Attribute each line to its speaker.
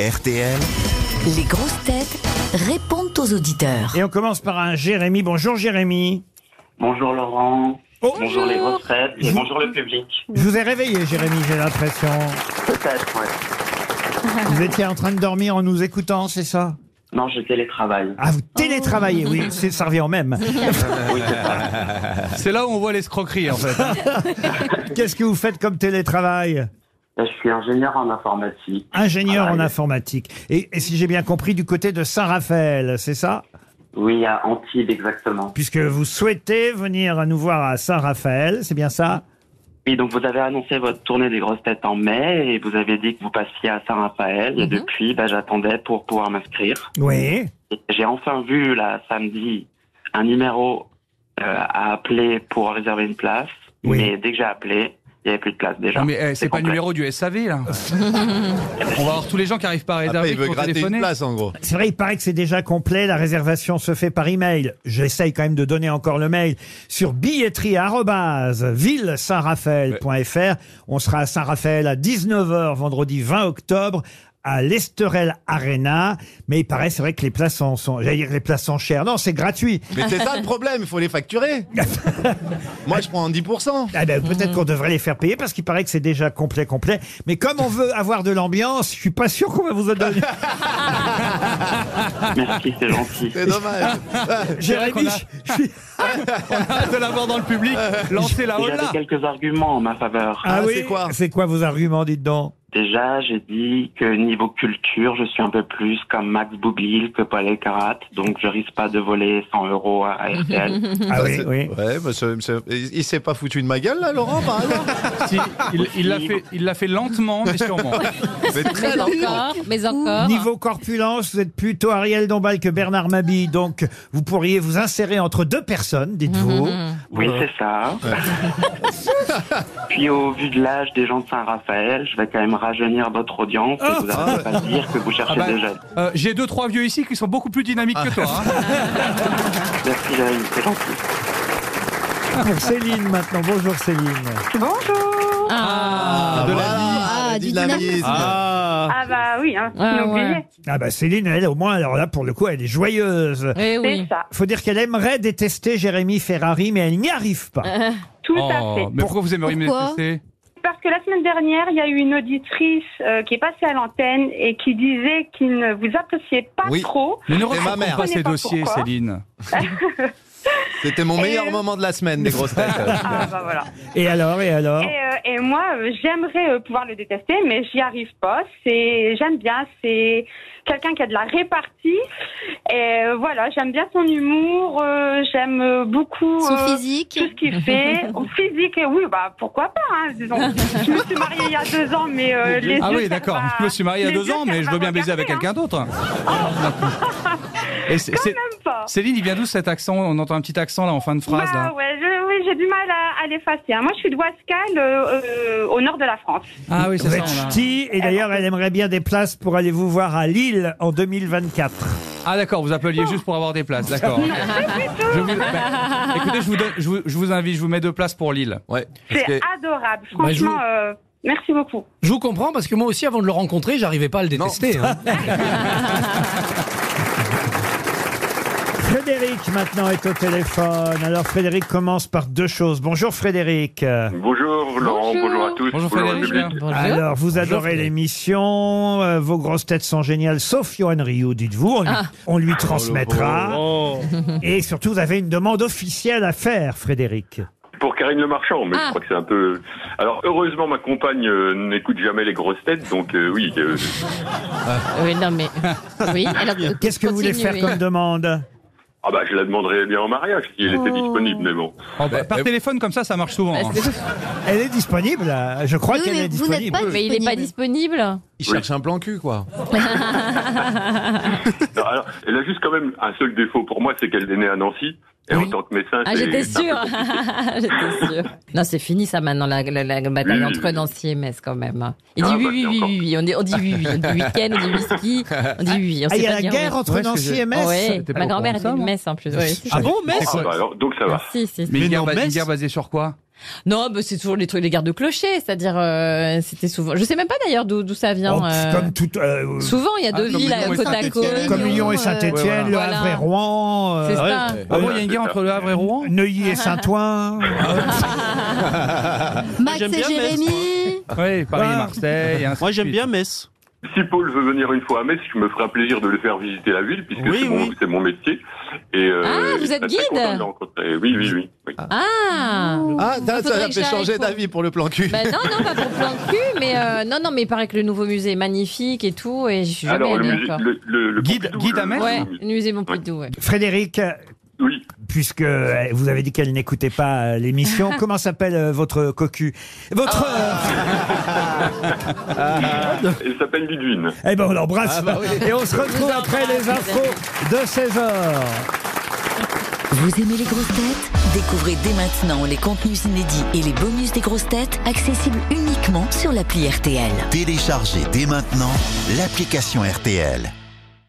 Speaker 1: RTL.
Speaker 2: Les grosses têtes répondent aux auditeurs.
Speaker 3: Et on commence par un Jérémy. Bonjour Jérémy.
Speaker 4: Bonjour Laurent.
Speaker 3: Oh.
Speaker 4: bonjour les retraites et bonjour le public.
Speaker 3: Je vous ai réveillé Jérémy, j'ai l'impression.
Speaker 4: Peut-être, ouais.
Speaker 3: Vous étiez en train de dormir en nous écoutant, c'est ça
Speaker 4: Non, je télétravaille.
Speaker 3: Ah, vous télétravaillez, oui, c'est- ça revient au même.
Speaker 4: Oui, c'est ça.
Speaker 5: C'est là où on voit l'escroquerie en fait.
Speaker 3: Qu'est-ce que vous faites comme télétravail
Speaker 4: Je suis ingénieur en informatique.
Speaker 3: Ingénieur en
Speaker 4: Travail.
Speaker 3: informatique. Et, et si j'ai bien compris, du côté de Saint-Raphaël, c'est ça
Speaker 4: Oui, à Antibes, exactement.
Speaker 3: Puisque vous souhaitez venir nous voir à Saint-Raphaël, c'est bien ça
Speaker 4: Oui, donc vous avez annoncé votre tournée des grosses têtes en mai et vous avez dit que vous passiez à Saint-Raphaël.
Speaker 3: Mhm.
Speaker 4: Et depuis, bah, j'attendais pour pouvoir m'inscrire.
Speaker 3: Oui.
Speaker 4: Et J'ai enfin vu, là, samedi, un numéro euh, à appeler pour réserver une place.
Speaker 3: Oui.
Speaker 4: Mais dès que j'ai appelé, il n'y avait plus de place déjà.
Speaker 6: Ah.
Speaker 5: Non, mais eh, c'est pas le
Speaker 4: complet.
Speaker 5: numéro du SAV là. on va avoir tous les gens qui arrivent pas à réserver
Speaker 6: Après, il veut
Speaker 5: pour
Speaker 6: gratter
Speaker 5: téléphoner.
Speaker 6: une place, en gros.
Speaker 3: C'est vrai, il paraît que c'est déjà complet. La réservation se fait par email. J'essaye quand même de donner encore le mail sur billetterie@ville-saint-raphaël.fr. On sera à Saint-Raphaël à 19h vendredi 20 octobre à l'Esterel Arena. Mais il paraît, c'est vrai que les places sont, sont- j'allais dire que les places sont chères. Non, c'est gratuit.
Speaker 6: Mais c'est ça le problème, il faut les facturer. Moi, je prends 10%.
Speaker 3: Ah ben,
Speaker 6: Mm-hmm.
Speaker 3: peut-être qu'on devrait les faire payer parce qu'il paraît que c'est déjà complet, complet. Mais comme on veut avoir de l'ambiance, je suis pas sûr qu'on va vous en donner.
Speaker 4: Merci, c'est gentil.
Speaker 6: C'est dommage.
Speaker 3: Jérémy, je suis-
Speaker 5: de l'avoir dans le public. Lancez la
Speaker 4: Et
Speaker 5: holla.
Speaker 4: J'avais quelques arguments en ma faveur.
Speaker 3: Ah
Speaker 6: Ah,
Speaker 3: oui,
Speaker 6: c'est quoi
Speaker 3: c'est quoi vos arguments, dites donc?
Speaker 4: Déjà, j'ai dit que niveau culture, je suis un peu plus comme Max Boublil que Paul Elkarat, donc je risque pas de voler 100 euros à à RTL.
Speaker 3: Ah
Speaker 6: Ça,
Speaker 3: oui,
Speaker 6: c'est-
Speaker 3: oui.
Speaker 6: Ouais, bah, c'est- c'est- il il s'est pas foutu de ma gueule, là, Laurent, par hasard
Speaker 5: Si, il- il l'a fait, il l'a fait lentement mais sûrement.
Speaker 6: Mais très
Speaker 7: Mais
Speaker 6: lentement.
Speaker 7: encore, mais encore.
Speaker 3: Niveau corpulence, vous êtes plutôt Ariel Dombal que Bernard Mabille, donc vous pourriez vous insérer entre deux personnes, dites-vous.
Speaker 4: Oui, c'est ça. Puis au vu de l'âge des gens de Saint-Raphaël, je vais quand même rajeunir votre audience
Speaker 1: Ah.
Speaker 4: et vous n'allez pas dire que vous cherchez
Speaker 5: Ah bah,
Speaker 4: des jeunes.
Speaker 5: euh, J'ai deux trois vieux ici qui sont beaucoup plus dynamiques que toi. hein.
Speaker 4: Merci Jérémy, c'est gentil.
Speaker 3: Ah, Pour Céline maintenant, bonjour Céline.
Speaker 6: Ah,
Speaker 5: de la
Speaker 6: voilà,
Speaker 5: vie.
Speaker 6: le
Speaker 7: Ah, du
Speaker 6: dynamisme.
Speaker 5: Ah,
Speaker 8: Ah bah oui, hein,
Speaker 7: Ah
Speaker 8: n'oubliez.
Speaker 7: ouais.
Speaker 3: Ah bah Céline, elle au moins, alors là pour le coup, elle est joyeuse.
Speaker 7: Eh
Speaker 8: C'est
Speaker 7: oui.
Speaker 8: ça,
Speaker 3: Faut dire qu'elle aimerait détester Jérémy Ferrari, mais elle n'y arrive pas.
Speaker 8: tout à
Speaker 5: Oh,
Speaker 8: fait.
Speaker 5: mais pourquoi vous aimeriez me
Speaker 7: Pourquoi
Speaker 5: détester
Speaker 8: Parce que la semaine dernière, il y a eu une auditrice euh, qui est passée à l'antenne et qui disait qu'il ne vous appréciait pas
Speaker 6: Oui.
Speaker 8: trop.
Speaker 5: Mais ne
Speaker 6: ma
Speaker 5: raconte
Speaker 6: mère.
Speaker 5: pas
Speaker 8: Je
Speaker 5: ces
Speaker 8: connais pas
Speaker 5: dossiers,
Speaker 8: pourquoi.
Speaker 5: Céline.
Speaker 6: C'était mon
Speaker 8: Et-
Speaker 6: meilleur moment de la semaine, des grosses têtes.
Speaker 8: Ah bah voilà.
Speaker 3: Et alors, et alors
Speaker 8: Et, euh, et moi, euh, j'aimerais euh, pouvoir le détester, mais j'y arrive pas. C'est, j'aime bien. C'est quelqu'un qui a de la répartie. Et euh, voilà, j'aime bien son humour. euh, j'aime euh, beaucoup.
Speaker 7: Son
Speaker 8: euh,
Speaker 7: physique.
Speaker 8: tout ce qu'il fait, physique, et oui, bah pourquoi pas, hein, disons. Je me suis mariée il y a deux ans, mais euh, les
Speaker 5: Ah
Speaker 8: yeux,
Speaker 5: oui,
Speaker 8: ça
Speaker 5: d'accord.
Speaker 8: va-
Speaker 5: Je me suis marié il y a
Speaker 8: les
Speaker 5: deux
Speaker 8: yeux,
Speaker 5: ans,
Speaker 8: ça
Speaker 5: mais je
Speaker 8: va
Speaker 5: veux bien baiser
Speaker 8: regarder,
Speaker 5: avec
Speaker 8: hein.
Speaker 5: quelqu'un d'autre. Et c'est- c'est-
Speaker 8: Même pas.
Speaker 5: Céline, il vient d'où cet accent On entend un petit accent là en fin de phrase.
Speaker 8: Bah
Speaker 5: là.
Speaker 8: ouais, je- oui, j'ai du mal à, à l'effacer. hein. Moi, je suis de Wascal, euh, euh, au nord de la France.
Speaker 5: Ah oui, c'est
Speaker 3: Vous
Speaker 5: ça.
Speaker 3: êtes
Speaker 5: on a-
Speaker 3: ch'ti, et d'ailleurs, elle aimerait bien des places pour aller vous voir à Lille en 2024.
Speaker 5: Ah d'accord, vous appeliez juste pour avoir des places, d'accord. Je vous- bah, écoutez, je vous, donne- je, vous, je vous invite, je vous mets deux places pour Lille.
Speaker 6: Ouais, parce
Speaker 8: C'est
Speaker 6: que-
Speaker 8: adorable,
Speaker 9: Bah, je vous-
Speaker 8: franchement. euh, merci beaucoup.
Speaker 9: Je vous comprends parce que moi aussi, avant de le rencontrer, j'arrivais pas à le détester. hein.
Speaker 3: Frédéric maintenant est au téléphone. Alors Frédéric commence par deux choses. Bonjour Frédéric.
Speaker 10: Bonjour Laurent,
Speaker 7: Bonjour.
Speaker 10: bonjour, à tous,
Speaker 5: Bonjour
Speaker 10: bonjour, au
Speaker 5: Frédéric.
Speaker 10: public.
Speaker 3: Alors, vous adorez
Speaker 9: Frédéric.
Speaker 3: l'émission, euh, vos grosses têtes sont géniales, sauf Johan Rioux, dites-vous. On, lui-
Speaker 7: Ah.
Speaker 3: on lui transmettra.
Speaker 7: Oh.
Speaker 3: Et surtout, vous avez une demande officielle à faire, Frédéric.
Speaker 10: Pour Karine Le Marchand, mais
Speaker 7: Ah.
Speaker 10: je crois que c'est un peu. Alors heureusement ma compagne euh, n'écoute jamais les grosses têtes, donc euh, oui. euh,
Speaker 7: Euh, Oui, non, mais. Oui, alors.
Speaker 3: Qu'est-ce que vous voulez faire
Speaker 7: continuez.
Speaker 3: comme demande
Speaker 10: Ah bah je la demanderais bien en mariage si elle était disponible, mais bon.
Speaker 5: Oh, bah, par téléphone comme ça, ça marche souvent. hein.
Speaker 3: Elle est disponible, euh, je crois
Speaker 7: Oui,
Speaker 3: qu'elle
Speaker 7: mais
Speaker 3: est
Speaker 7: vous n'êtes
Speaker 3: disponible.
Speaker 7: pas Mais il n'est pas disponible. Ah,
Speaker 6: il cherche un plan cul, quoi.
Speaker 10: Non, alors elle a juste quand même un seul défaut pour moi, c'est qu'elle est née à Nancy. Et en tant que médecin,
Speaker 7: Ah,
Speaker 10: c'est-
Speaker 7: j'étais
Speaker 10: c'est un peu
Speaker 7: sûre.
Speaker 10: compliqué.
Speaker 7: j'étais sûre. Non, c'est fini ça maintenant, la, la- la bataille
Speaker 10: Oui,
Speaker 7: entre
Speaker 10: oui.
Speaker 7: Nancy et Metz quand même. Il
Speaker 10: Ah,
Speaker 7: dit
Speaker 10: bah,
Speaker 7: oui,
Speaker 10: c'est
Speaker 7: oui, oui,
Speaker 10: encore-
Speaker 7: oui, oui. On dit, on dit oui, oui. On dit week-end, on dit whisky, on dit oui, oui. On
Speaker 3: Ah,
Speaker 7: sait
Speaker 3: il y a
Speaker 7: pas
Speaker 3: la
Speaker 7: dire
Speaker 3: guerre
Speaker 7: oui.
Speaker 3: entre
Speaker 5: Ouais, ce que
Speaker 3: Nancy
Speaker 5: j'ai-
Speaker 3: et Metz
Speaker 5: Oh, ouais.
Speaker 7: Oui,
Speaker 5: T'es pas
Speaker 7: ma
Speaker 5: au courant
Speaker 7: grand-mère
Speaker 5: de
Speaker 7: est
Speaker 5: ça,
Speaker 7: de
Speaker 5: moi
Speaker 7: Metz en plus. Oui,
Speaker 5: Ah bon, Metz
Speaker 10: Ah, bah, alors, donc ça va.
Speaker 7: Si, si, si.
Speaker 5: Mais une
Speaker 9: Mais
Speaker 5: guerre,
Speaker 9: non,
Speaker 5: ba- une
Speaker 9: Metz.
Speaker 5: guerre basée sur quoi
Speaker 7: Non, bah, c'est toujours les trucs, les gardes clochers, c'est-à-dire euh, c'était souvent. Je sais même pas d'ailleurs d'où d'où ça vient.
Speaker 3: Oh, c'est
Speaker 7: euh,
Speaker 3: Comme tout. euh,
Speaker 7: Souvent, il y a
Speaker 5: Ah,
Speaker 7: deux
Speaker 5: comme
Speaker 7: villes
Speaker 5: Lyon
Speaker 7: à
Speaker 5: et
Speaker 7: côte à côte.
Speaker 5: Saint-Étienne.
Speaker 3: comme Lyon et
Speaker 5: Ouais, voilà.
Speaker 3: Saint-Étienne, Le Havre et
Speaker 7: euh, Voilà.
Speaker 3: Rouen. euh,
Speaker 7: C'est ça.
Speaker 5: Ah bon, il y a une guerre entre le Havre et Rouen
Speaker 3: Neuilly et Saint-Ouen. euh,
Speaker 2: Max
Speaker 1: J'aime
Speaker 2: et
Speaker 1: bien Metz,
Speaker 2: Jérémy
Speaker 5: Oui, Paris
Speaker 3: Ouais.
Speaker 5: et Marseille. et ainsi
Speaker 1: Moi,
Speaker 5: de
Speaker 1: j'aime
Speaker 5: suite.
Speaker 1: bien Metz.
Speaker 10: Si Paul veut venir une fois à Metz, je me ferai un plaisir de lui faire visiter la ville, puisque
Speaker 1: Oui,
Speaker 10: c'est, mon,
Speaker 1: oui.
Speaker 10: c'est mon métier. Et, euh,
Speaker 7: Ah,
Speaker 10: il
Speaker 7: vous êtes
Speaker 10: serait très
Speaker 7: guide
Speaker 10: content de le rencontrer. Oui, oui, oui. oui.
Speaker 7: Ah.
Speaker 6: Ah, ça ça
Speaker 7: faudrait que
Speaker 6: fait
Speaker 7: j'aille,
Speaker 6: changer
Speaker 7: quoi.
Speaker 6: d'avis pour le plan cul.
Speaker 7: Bah non, non, pas pour plein de cul, mais euh, non, non, mais il paraît que le nouveau musée est magnifique et tout, et je suis jamais
Speaker 10: Alors, le,
Speaker 7: allée
Speaker 10: musée-
Speaker 7: encore.
Speaker 10: le, le- le
Speaker 5: Guide-
Speaker 10: Pompidou,
Speaker 5: guide à
Speaker 10: le-
Speaker 5: Metz
Speaker 7: Ouais, le musée Pompidou, ouais.
Speaker 3: Frédéric,
Speaker 10: Oui.
Speaker 3: puisque euh, vous avez dit qu'elle n'écoutait pas euh, l'émission, comment s'appelle euh, votre cocu Votre.
Speaker 10: Elle s'appelle Lidwin.
Speaker 3: Eh ben, on l'embrasse. Et on se retrouve après les infos de 16h.
Speaker 2: Vous aimez les grosses têtes Découvrez dès maintenant les contenus inédits et les bonus des grosses têtes accessibles uniquement sur l'appli RTL.
Speaker 11: Téléchargez dès maintenant l'application RTL.